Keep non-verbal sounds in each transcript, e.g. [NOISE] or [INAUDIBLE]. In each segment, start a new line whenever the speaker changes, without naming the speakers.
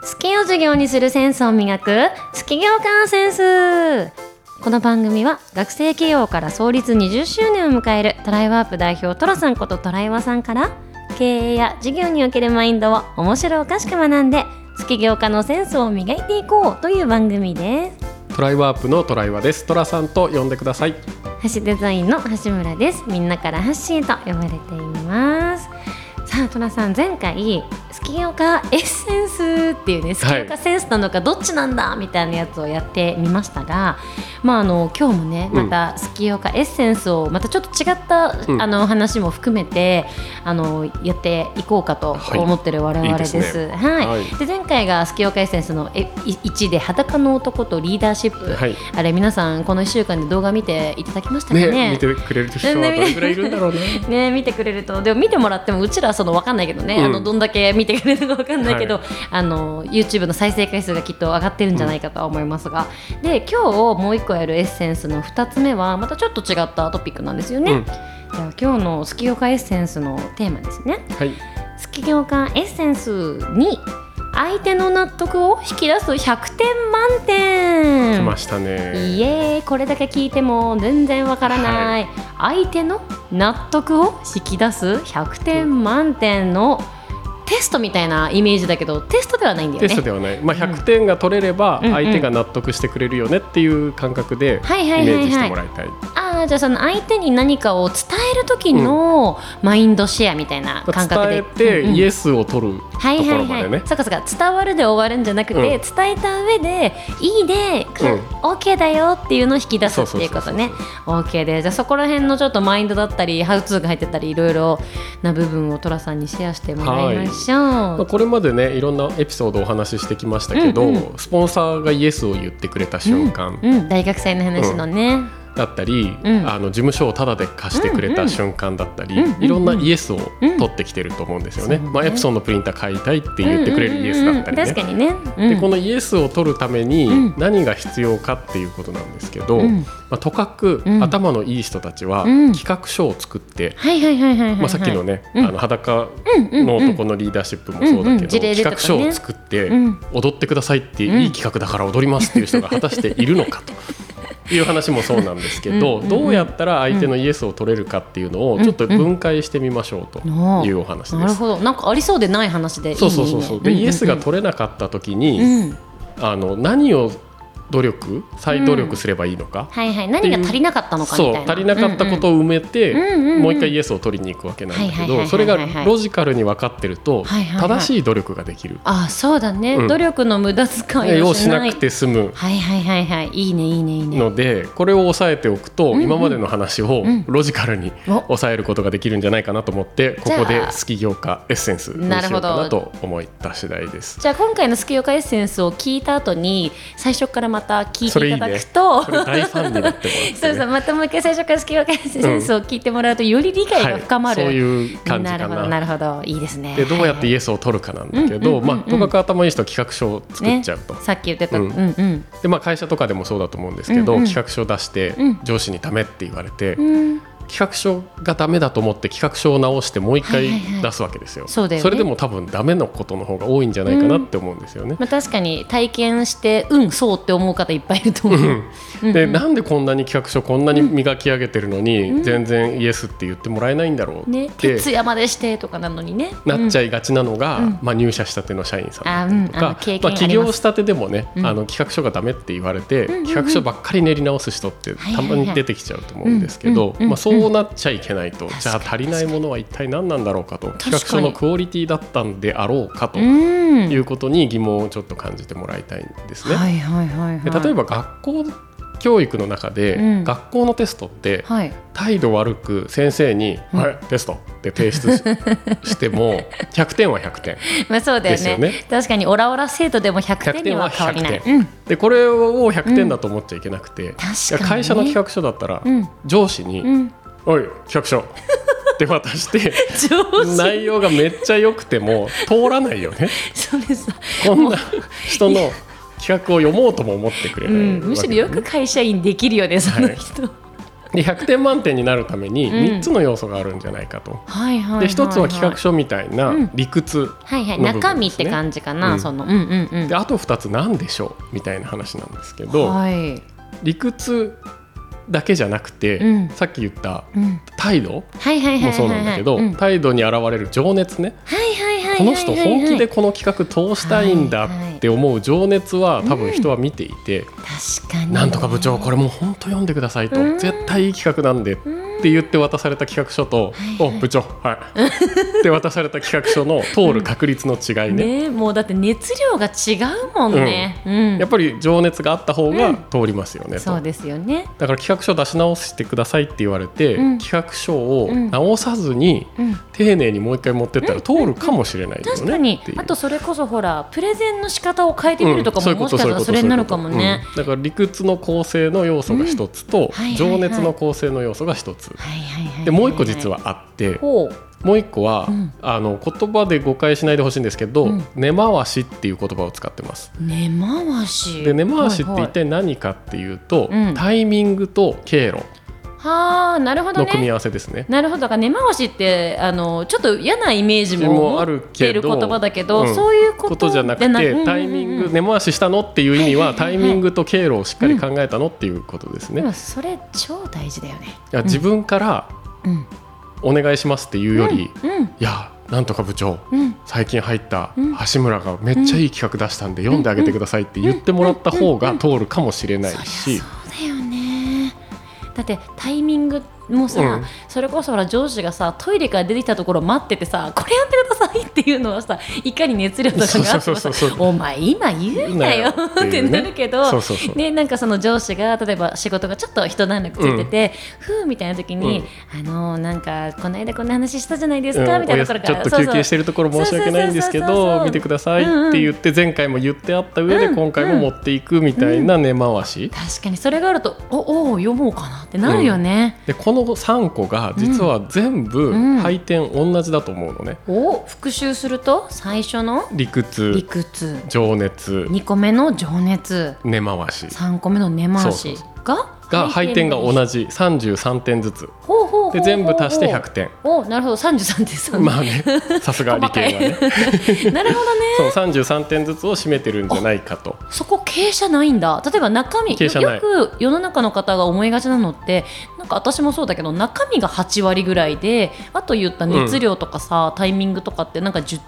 好きを授業にするセンスを磨く好き業界センスこの番組は学生企業から創立20周年を迎えるトライワープ代表トラさんことトライワさんから経営や事業におけるマインドを面白おかしく学んで好き業界のセンスを磨いていこうという番組で
トライワープのトライワです。トラさんと呼んでください。
す橋デザインの橋村ですみんなからハッシーと呼ばれていますさあトラさん前回好き業界エッセンスっていうね好き
はい
業界センスなのかどっちなんだみたいなやつをやってみましたが、まああの今日もね
う
ま
ん
た好き業界エッセンスをまたちょっと違った、
うん
あの話も含めてあのやっていこうかと
はい
思ってる我々です。
いいですね
はい、
はい
で前回が「スキオカエッセンスのえ」1で「裸の男とリーダーシップ」
はい
あれ皆さんこの1週間で動画見ていただきましたかね
ね見てくれる人はどれぐらいいるんだろうね。
ね見てくれるとでも見てもらってもうちらはその分かんないけどね、
うん
あのどんだけ見てくれるのか分かんないけど、
は
あの YouTube の再生回数がきっと上がってるんじゃないかとは思いますが、で今日もう一個やるエッセンスの2つ目はまたちょっと違ったトピックなんですよね。
うん
じゃあ今日の「スキヨカエッセンス」のテーマですね。
はい。
スキヨカエッセンスに相手の納得を引き出す100点満点
来ましたね。
イエーイこれだけ聞いても全然わからない、相手の納得を引き出す100点満点のテストみたいなイメージだけどテストではないんだよね
テストではない。まあ100点が取れれば
うん
相手が納得してくれるよねっていう感覚でイ
はい
メ
はいはいはい
ージしてもらいたい。
ああじゃあその相手に何かを伝える時のマインドシェアみたいな感覚で
伝えてイエスを取るとこ
はいは
ろ
い
まで
は
ね
い。。そうかそうか伝わるで終わるんじゃなくて、
うん
伝えた上でいいね、か
うん
OK だよっていうのを引き出すっていう
そう
こ
そ
と
うそうそう
ね OK でじゃあそこら辺のちょっとマインドだったりハウツーが入ってたりいろいろな部分をトラさんにシェアしてもらいましょう、
まあこれまでねいろんなエピソードをお話ししてきましたけど、
うん
スポンサーがイエスを言ってくれた瞬間
うん、大学生の話のね、
だったり、
うん
あの事務所をタダで貸してくれ
うんう
た
ん
瞬間だったり、
うんうんうん
いろんなイエスを取ってきてると思うんですよね。
うんそうね
まあ、エプソンのプリンター買いたいって言ってくれるイエスだったり
うん
ね。
うんうん確かにね、うん
でこのイエスを取るため
うん
に何が必要かっていうことなんですけど、
うん
まあ、とかく
うん
頭のいい人たちは
うん
企画書を作って、
はいはいはいはいはいはい、
まあ、さっきのね、
うん
あの裸
うんうん
の男のリーダーシップもそうだけど、
うんうん事例で
企
とかね
画書を作って
うん
踊ってくださいって
うん
いい企画だから踊りますっていう人が果たしているのかという話もそうなんですけど
うんうん
どうやったら相手のイエスを取れるかっていうのをちょっと分解してみましょう
うん
というお話
な
で
る
す。
ほどなんかありそうでない話でいいね
そうそうそうそうで
いいね
イエスが取れなかった時
う
に
ん、
あの何を努力再努力すればいいのか。
はいはい何が足りなかったのかみたい
そう
な
足りなかったこと
を、
を埋め
うんうんうんう
て
ん
もう一回イエスを取りに行くわけなんだ
は
け
いはいはいはいはいはい
どそれがロジカルに分かってると
はいはいはい
正しい努力ができる
ああそうだね、
うん
努力の無駄遣い
を
を
し
しない
なくて済む
はいはいはいはいいいねいいねいいね
のでこれを抑えておくと
んうん
今までの話を
うん
ロジカルに
お
抑えることができるんじゃないかなと思ってここ
じ
で
ゃあ
スキ業家エッセンスにしようかなと思った次第です。
じゃあ今回の「スキヨカエッセンス」を聞いた後に最初からまた聞いていただくと
こ
[LAUGHS]
れ大ファンになってもらってね
そうそうまたもう一回最初から「スキヨカエッセンス」を聞いてもらうとより理解が深まる、
はい、そういう感じ
な
か
るほど
な。
なるほどいいですね
でどうやってイ
う
エスを取るかなんだけ
うんうんう
ど、
んうん
まあ、とかく頭いい人は企画書を作っちゃうと、
ね、さっき言ってた、
う
うんん、うんうん
でまあ、会社とかでもそうだと思うんですけど、
うんうん
企画書を出して
うん
上司にダメって言われて、企画書がダメだと思って企画書を直してもう一回
はいはいはい
出すわけですよ,、
そうだよね
れでも多分ダメのことの方が多いんじゃないかなって思うんですよね。
まあ、確かに体験してうんそうって思う方いっぱいいると思う、うん
でなんでこんなに企画書こんなに磨き上げてるのに、全然イエスって言ってもらえないんだろう
ね
っ、て、
徹夜までしてとかなのにね
なっち
ゃ
ゃいがちなのが、まあ、入社したての社員さん
あう
だ
ん
ったりと
あ
か
の経験
ま
ありま
あ、
す
起業したてでもね、あの企画書がダメって言われて、企画書ばっかり練り直す人って
はい
た
はい
まに出てきちゃうと思うんですけど、
うんうん
まあ、そうなっちゃいけないと、
ん
じゃあ足りないものは一体何なんだろうかと
かに
企画書のクオリティだったんであろうかと
う
い
ん
うことに疑問をちょっと感じてもらいたいんですね。
はいはいはい
で
はい
例えば学校教育の中で、
うん
学校のテストって、
はい
態度悪く先生に「
うん
はいテスト」って提出しして
[LAUGHS]
も100点は100点
まあそうだよね
ですよね
確かにオラオラ生徒でも100点には変わりない、
100
うん、 [LAUGHS]
でこれを100点だと思っちゃいけなくて、
かにね
会社の企画書だったら、
うん
上司に「
ん
おい企
[LAUGHS]
画書」って渡して
上司
内容がめっちゃ良くても通らない
[LAUGHS]
よね
そう
[LAUGHS]
です
こんな人の企画を読もうとも思ってくれ
う
ないわけ
ん、
で、
むしろよく会社員できるよねその人、
で100点満点になるために
うん
3つの要素があるんじゃないかと。
はいはい
で1つは企画書みたいな
うん
理屈、
はいはい、
の部分
中身って感じかな、
うん
そのうんうんうん
であと2つ何でしょうみたいな話なんですけど、
はい、
理屈だけじゃなくて、
うん
さっき言った
うん、
態度
はいはいはいはいはい
もそうなんだけど、
うんはい
態度に現れる情熱ね、
はいはいはいはい
この人本気でこの企画通したいんだって思う情熱は多分人は見ていて、
確かに
なんとか部長これもう本当読んでくださいと、
うん
絶対いい企画なんでって言って渡された企画書と、
はいはい
お部長はいって渡された企画書の通る確率の違いね。
ねもうだって熱量が違うもんね、うん
やっぱり情熱があった方が通りますよね、と
そうですよね
だから企画書出し直してくださいって言われて、
うん
企画書を
うん
直さずに、
うん
丁寧にもう一回持ってったら通るかもしれないよね、
確かに、
っていう
あとそれこそほらプレゼンの仕方を変えてみるとかも、
うん
もしかしたらそれになるかもね、、
そういうことそういうことうんだから理屈の構成の要素が一つと、
はいはいはい
情熱の構成の要素が一つ、
はいはいはいはい
でもう一個実はあって、
ほう
もう一個は、
うん
あの言葉で誤解しないでほしいんですけど、
うん
根回しっていう言葉を使ってます
根回し
で根回しって
はい
一体何かっていうと、
うん
タイミングと経路
はいはあなるほど
の組み
ね
合わせですね。
なるほどだから根回しってあのちょっと嫌なイメージ
も
も
あ
持
る
っ
け
て
ど
る言葉だけど、
うん
そういうこ
こと
と
じゃなく
で
て
うんうんうん
タイミング根回ししたのっていう意味
は
はい
はいは
タ
いはい
イミングと経路をしっかり考えたのっていうことですね。
で
い
もそれ超大事だよね
や自分から
うん
お願いしますっていうより、い
うん
やなんとか部長
うん
最近入った
うん
橋村がめっちゃいい企画出したんで読んであげてくださいって言ってもらった方が通るかもしれない
そりゃ
し
そうだよねだってタイミングもさ、
うん
それこそほら上司がさトイレから出てきたところ待っててさこれやってくださいっていうのはさいかに熱量とかがあって
そう
も
そ
さ
うそうそう
[LAUGHS] お前今言うなよ
言うなよ
っ
ってい
て
うね
なるけど
そうそうそう
ね、なんかその上司が例えば仕事がちょっと一段落ついてて、ふうみたいな時に、あのーなんかこの間こんな話したじゃないですか、
うん
みたいなところ
お
から
やすちょっと休
そう
憩してるところ申し訳ないんですけ
そうそうそうそうそう
ど見てくださいって言って前回も言ってあった上
う
で
ん
今回も持っていくみたいな根回し
そう確かにそれがあるとおおう読もうかなってなるよね、
でこの3個が実は全部
うん
配点同じだと思うのね
お復習すると最初の
理
理
屈
屈
情熱
2個目の情熱
根回し
3個目の根回し
そうそ
が
が配点が
じ
同じ33点ずつ
ほうほうほうほう
で全部足して100点
おなるほど33.3、
まあ
[LAUGHS]
ねさすが理系はね
なるほどね
そう33点ずつを占めてるんじゃないかと
そこ傾斜ないんだ例えば中身
傾斜ない
よく世の中の方が思いがちなのってなんか私もそうだけど中身が8割ぐらいであと言った熱量とかさ、タイミングとかってなんか 10%,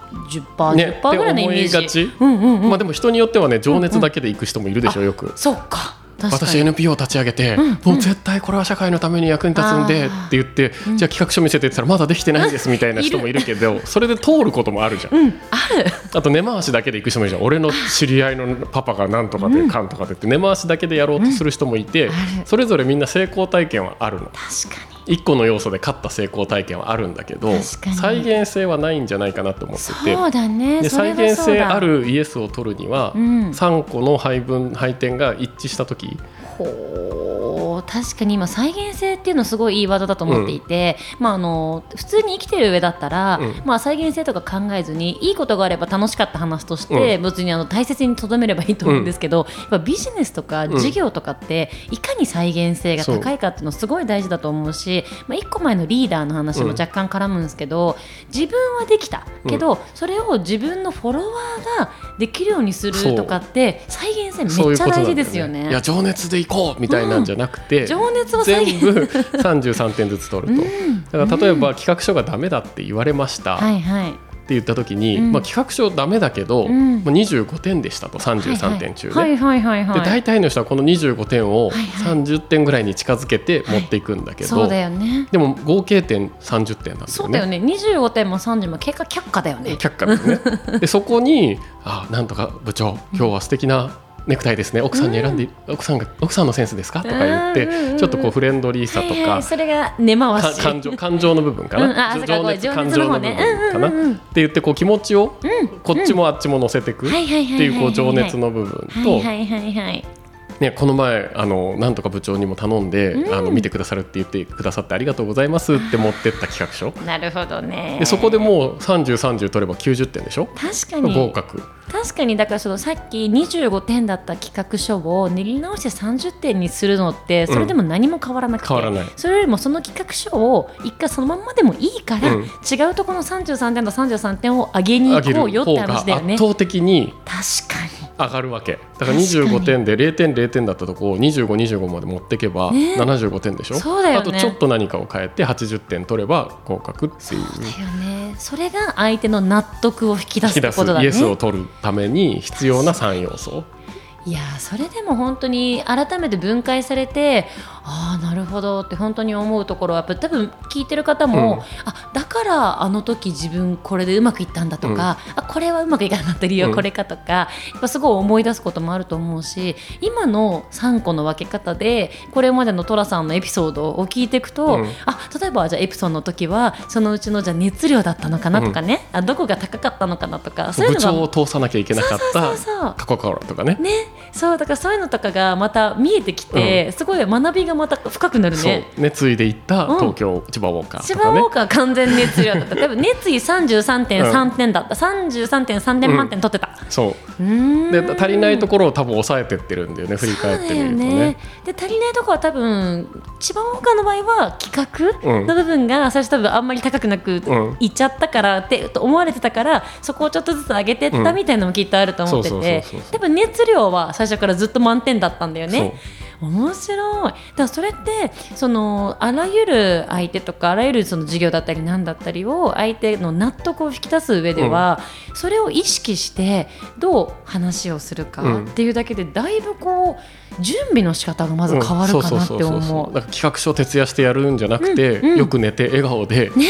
10%,、
ねって
10%ぐらいのイ
思
メー
い
ジ
がち
うんうんうん、
まあでも人によってはね情熱だけで行く人もいるでしょよく
そっか確か
私
に
NPO 立ち上げて、
ん
もう絶対これは社会のために役に立つんで
あー
って言って、じゃあ企画書見せてって言ったらまだできてないですみたいな人もいるけどそれで通ることもあるじゃん、あと根回しだけで行く人もいるじゃん俺の知り合いのパパがなんとかでかんとかでって根回しだけでやろうとする人もいて、
ある
それぞれみんな成功体験はあるの
確かに
1個の要素で勝った成功体験はあるんだけど
確かに
再現性はないんじゃないかなと思ってて
そうだね
で
それ
再
はそうだ
現性あるイエスを取るには、
うん
3個の配分配点が一致した時
ほう確かに今再現性っていうのすごいいいワードだと思っていて、まあ、あの普通に生きてる上だったら、
うん
まあ、再現性とか考えずにいいことがあれば楽しかった話として、別にあの大切にとどめればいいと思うんですけど、やっぱビジネスとか
うん
事業とかって、いかに再現性が高いかっていうのすごい大事だと思うし、まあ、一個前のリーダーの話も若干絡むんですけど、自分はできたけど、それを自分のフォロワーができるようにするとかって再現性
そう
めっ
いう
ちゃ
ことなん
大
だ
事ですよね。
いや情熱で行こうみたいなんじゃなくて、
情熱を再
全
現
部33点ずつ取ると、だから例えば企画書がダメだって言われましたっ
はいはい
て言った時に、
うん
まあ、企画書ダメだけど、
うん
まあ、25点でしたと33点中で。
はいはいはいはい
で
はい
大体の人はこの25点を
はいはい
30点ぐらいに近づけて持っていくんだけど、
そうだよね
でも合計点30点なんだよね。
そうだよね25点も30も結果却下だよね
却下ですねでそこに「あなんとか部長今日は素敵なネクタイですね奥さんに選んで、奥さんが奥さんのセンスですか?」とか言って、
うんうんうん
ちょっとこうフレンドリーさ
は
と
い
か,、
はいそれが根回
か
し
感情感情の部分か
うんあ
な、
そうかごめん情熱
感
の
情
方
の部
ね
分かな、
うんうんうんうん
って言ってこう気持ちを、こっちもあっちも乗せていく、
はいはいはいはいはい
っていうこう情熱の部分と、
はいはいはいはい
ね、この前あのなんとか部長にも頼んで、あの見てくださるって言ってくださってありがとうございますって持ってった企画書
なるほどね
でそこでもう30、30取れば90点でしょ
確かに
合格
確かにだからそのさっき25点だった企画書を練り直して30点にするのってそれでも何も変わらなくて、
変わらない
それよりもその企画書を一回そのまんまでもいいから、
うん
違うところの33点と33点を上げに行
上げ
こう
る
よって
方が
話
圧
だよね。確
倒的に
かに
上がるわけだから
確かに
25点で0点0点だったとこを25、25まで持ってけば
ね
75点でしょ、
そうだよね
あとちょっと何かを変えて80点取れば合格っていう
だよねそれが相手の納得を引き出
引
す
き
って
出す
ことだ
イ
ね
エスを取るために必要な3要素
いやーそれでも本当に改めて分解されてああなるほどって本当に思うところはやっぱ多分聞いてる方も、
うん
あだからあの時自分これでうまくいったんだとか、
うん
あこれはうまくいかなかった理由はこれかとか、やっぱすごい思い出すこともあると思うし今の3個の分け方でこれまでの寅さんのエピソードを聞いていくと、
うん
あ例えばじゃあエプソンの時はそのうちのじゃあ熱量だったのかなとかね、あどこが高かったのかなとかそういう
部
の
長
が
を通さなきゃいけなかっ
そうそうそうそう
た過去からとかね
ね、そうだからそういうのとかがまた見えてきて、すごい学びがまた深くなる
そう
ね。
熱意で行った
うん
東京、千葉ウォーカー
千
と
葉
か
ウ
ね
ォーカー完全熱量だった多分熱意33.3点だった、33.3点満点取ってた、
そう
ー
うんで足りないところを多分抑えてってるんだよね振り返ってみると
そうだよ
ね。
で足りないところは多分千葉ウォーカーの場合は企画
うん
の部分が最初多分あんまり高くなく
うん
いっちゃったからってと思われてたからそこをちょっとずつ上げてったみたいなのもきっとあると思って
うんそうそう
て
そうそう
多分熱量は最初からずっと満点だったんだよね。面白いだからそれってそのあらゆる相手とかあらゆるその授業だったり何だったりを相手の納得を引き出す上では、それを意識してどう話をするか
うん
っていうだけでだいぶこう準備の仕方がまず
うん
変わるか
そう
な
そう
っ
そう
て
そう
思
だから企画書を徹夜してやるんじゃなくて、
うんうん
よく寝て笑顔で
う。ね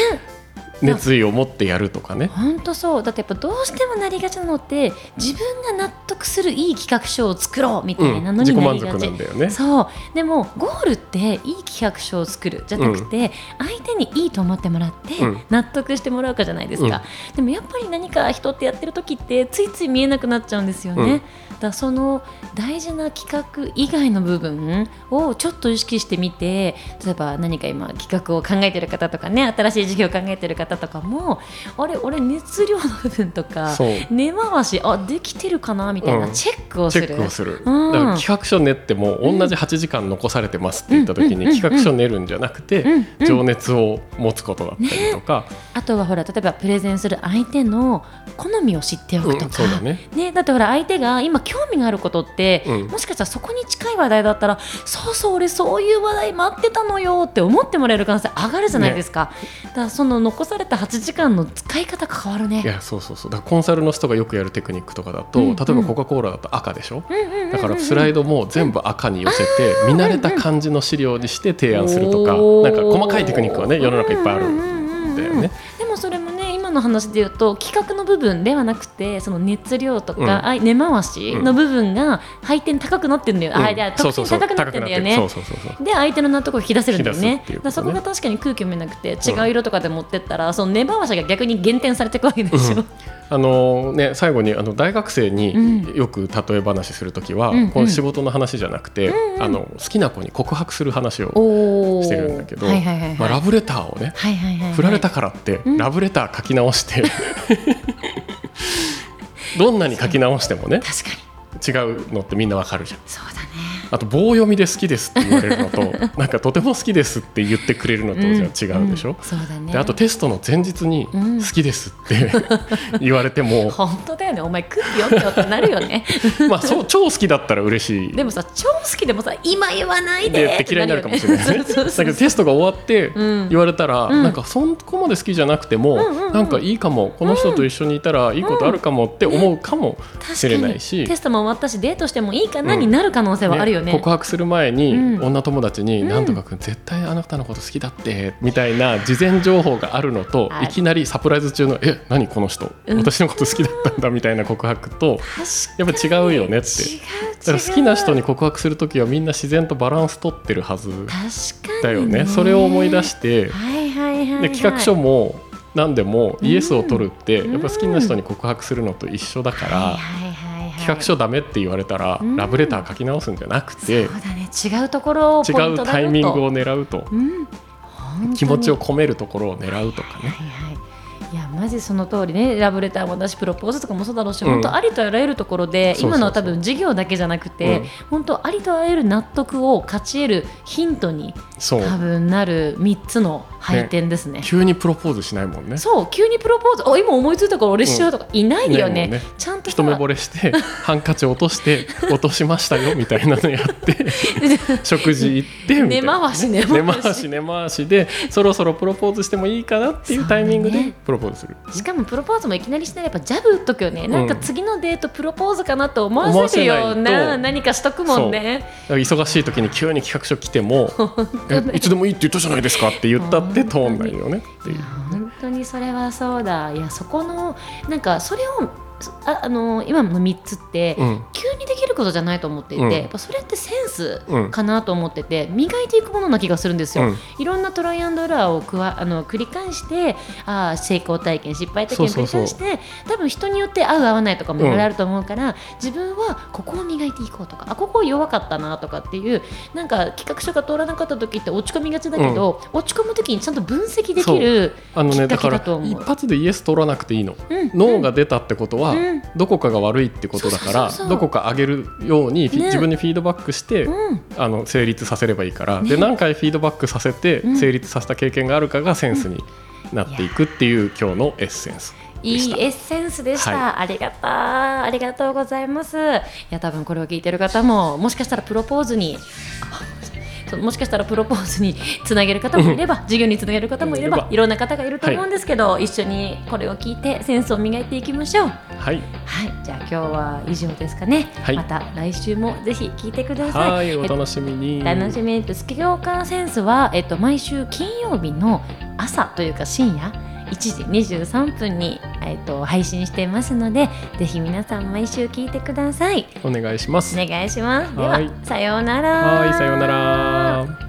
熱意を持ってやるとかね。
本当そうだってやっぱどうしてもなりがちなのって自分が納得するいい企画書を作ろうみた
う
い
ん
なの
自
に
己
なり
満
が
足
ち、
なんだよね。
[LAUGHS] そうでもゴールっていい企画書を作るじゃなくて、相手にいいと思ってもらって、
うん
納得してもらうかじゃないですか、でもやっぱり何か人ってやってる時ってついつい見えなくなっちゃうんですよね、
うん
だからその大事な企画以外の部分をちょっと意識してみて例えば何か今企画を考えてる方とかね新しい事業を考えてる方とかもあれ俺熱量の部分とか
そう
根回しあできてるかなみたいな
うん
チェックをす
チ
る。
ェックをする、
うん
だから企画書練っても同じ8時間残されてますって言った時に、
うんうんうんうん
企画書練るんじゃなくて、
うんうん
情熱を持つことだったりとか、
あとはほら例えばプレゼンする相手の好みを知っておく
う
と
ん
か、
そうだね
ね、だってほら相手が今興味があることって、
うん
もしかしたらそこに近い話題だったらそうそう俺そういう話題待ってたのよって思ってもらえる可能性上がるじゃないですか、だからその残された8時間の使い方が変わる
い
ね。
やそうそうそうだからコンサルの人がよくやるテクニックとかだと、
うんうん
例えばコカ・コーラだと赤でしょ、
うんうんうんうん
だからスライドも全部赤に寄せて見慣れた感じの資料にして提案するとか
おー
なんか細かいテクニックはね世の中いっぱいある
うん
ん
うんうんうん
だよね。
でもそれもね今の話で言うと企画の部分ではなくてその熱量と
うん
か、あい根回しの部分が配点高くなってるんだよ、あ
うん
じゃあ
そう
得
そう
点
そ
高
う
くなってるんだよね。
そうそうそうそう
で相手の納得を引き出せるんだよ
引き出
ね
すっていう
だ
こ
か
とね
らそこが確かに空気読めなくて違う色とかで持ってったら、その根回しが逆に減点されていくわけでしょ、
うんあのね、最後にあの大学生
う
によく例え話するときは、
うんうん
この仕事の話じゃなく
ん
て、
うん
あの好きな子に告白する話を
おー
してるんだけど、
はいはいはいはい
まあ、ラブレターをね、
はいはいはいはい
振られたからって、
うん
ラブレター書き直
[LAUGHS]
して、どんなに書き直してもね
確かに
違うのってみんなわかるじゃん
そうだね
あと棒読みで好きですって言われる
[LAUGHS]
のとなんかとても好きですって言ってくれるのとじゃあ違うでしょ、
んんそうだね
であとテストの前日に
うん
好きですって
[LAUGHS]
言われても、
本当だよねお前空気読めよってなるよ
[LAUGHS]
ね
まあそう超好きだったら嬉しい
でもさ超好きでもさ今言わないで
でって嫌いになるかもしれないね
[LAUGHS] そうそう
だ
そ
け
う
どテストが終わって
うん
言われたら、
うん
なんかそこまで好きじゃなくても、
うんうんうん
なんかいいかもこの人と一緒にいたらいいことあるかもって思うかも [LAUGHS] しれないし、
確かにテストも終わったしデートしてもいいかな
うん
になる可能性はあるよね,、
告白する前に、
うん
女友達に「
ん
なんとか君絶対あなたのこと好きだって」みたいな事前情報があるのと
ある
いきなりサプライズ中の「え何この人
うん
私のこと好きだったんだ」みたいな告白と
確
やっぱ違うよねって。
違う違う
だから好きな人に告白するときはみんな自然とバランス取ってるはず
確か
だ
に
よね。それを思い出して、
はいはいはい、はい、
で企画書も何でも
うん
イエスを取るって
うん
やっぱ好きな人に告白するのと一緒だか
はい
ら
はいはいはい
企画書ダメって言われたら、ラブレター書き直すんじゃなくて
そうだね違うところをポイ
違
ン
う
トだなと
タイミングを狙うと
うん本当に
気持ちを込めるところを狙うとか
はい
ね。
はい、いやマジその通りねラブレターもだしプロポーズとかもそうだろうし、
うん
本当ありとあらゆるところで
そうそうそ
今
う
のは多分事業だけじゃなくて、
うん
本当ありとあらゆる納得を勝ち得るヒントに
そう
多分なる3つの配点ですね。
急にプロポーズしないもんね
そう急にプロポーズお今思いついたから俺しようとかいないよね,、
いないもんね
ちゃんと
一目惚れしてハンカチ落
[LAUGHS]
として落としましたよみたいなのやって食事行ってみたい
根
な
回し根
根
回
回
し
し根回しでそろそろプロポーズしてもいいかなっていうタイミング
そう
で
ね
プロポーズする、
しかもプロポーズもいきなりしないやっぱジャブ打っとくよね、なんか次のデートプロポーズかなと思わせるよう
思わせない
な
と
何かしとくもんね。
だから忙しい時に急に企画書来
[LAUGHS]
ても「えいつでもいいって言ったじゃないですか」って言ったって通んないよねって
い
いう
や。本当にそれはそうだいやそこのなんかそれをそああの今の3つって、
うん
急にできることじゃないと思っていて、
うん
やっぱそれってセンス
うん
かなと思ってて、磨いていくものな気がするんですよ、
うん
いろんなトライアンドエラーをくわあの繰り返してあー成功体験失敗体験
そう
繰
そう
り
そう
返して多分人によって合う合わないとかもいろいろあると思うから、自分はここを磨いていこうとかあここ弱かったなとかっていうなんか企画書が通らなかった時って落ち込みがちだけど、落ち込む時にちゃんと分析できる
あの
き
ね
っか
だ
け
か
だ
ら
と思
一
う。
発でイエス取らなくていいの、
うん
脳が出たってことは、
うん
どこかが悪いってことだから
そうそうそうそう
どこか上げるように、フィ
ね
自分にフィードバックして、
うん
あの成立させればいいから、
ね
で何回フィードバックさせて
うん
成立させた経験があるかがセンスになっていくっていう今日のエッセンス
い
でした。
いエッセンスでした、
は
ありがとうありがとうございますいや多分これを聞いてる方ももしかしたらプロポーズに [LAUGHS] あそうもしかしたらプロポーズに [LAUGHS] つなげる方もいれば授業につなげる方もいれ
いれ
ば
ば
いろんな方がいると思うんですけど、一緒にこれを聞いてセンスを磨いていきましょう
はい、
はいじゃあ今日は以上ですかね、
はい
また来週もぜひ聞いてください
はいお楽しみに。
楽しみにスキ業カーセンスは、えっと、毎週金曜日の朝というか深夜1時23分に、えっと、配信していますのでぜひ皆さん毎週聞いてください
お願いします。
お願いしますでは
はい
さようなら
はい、さようなら。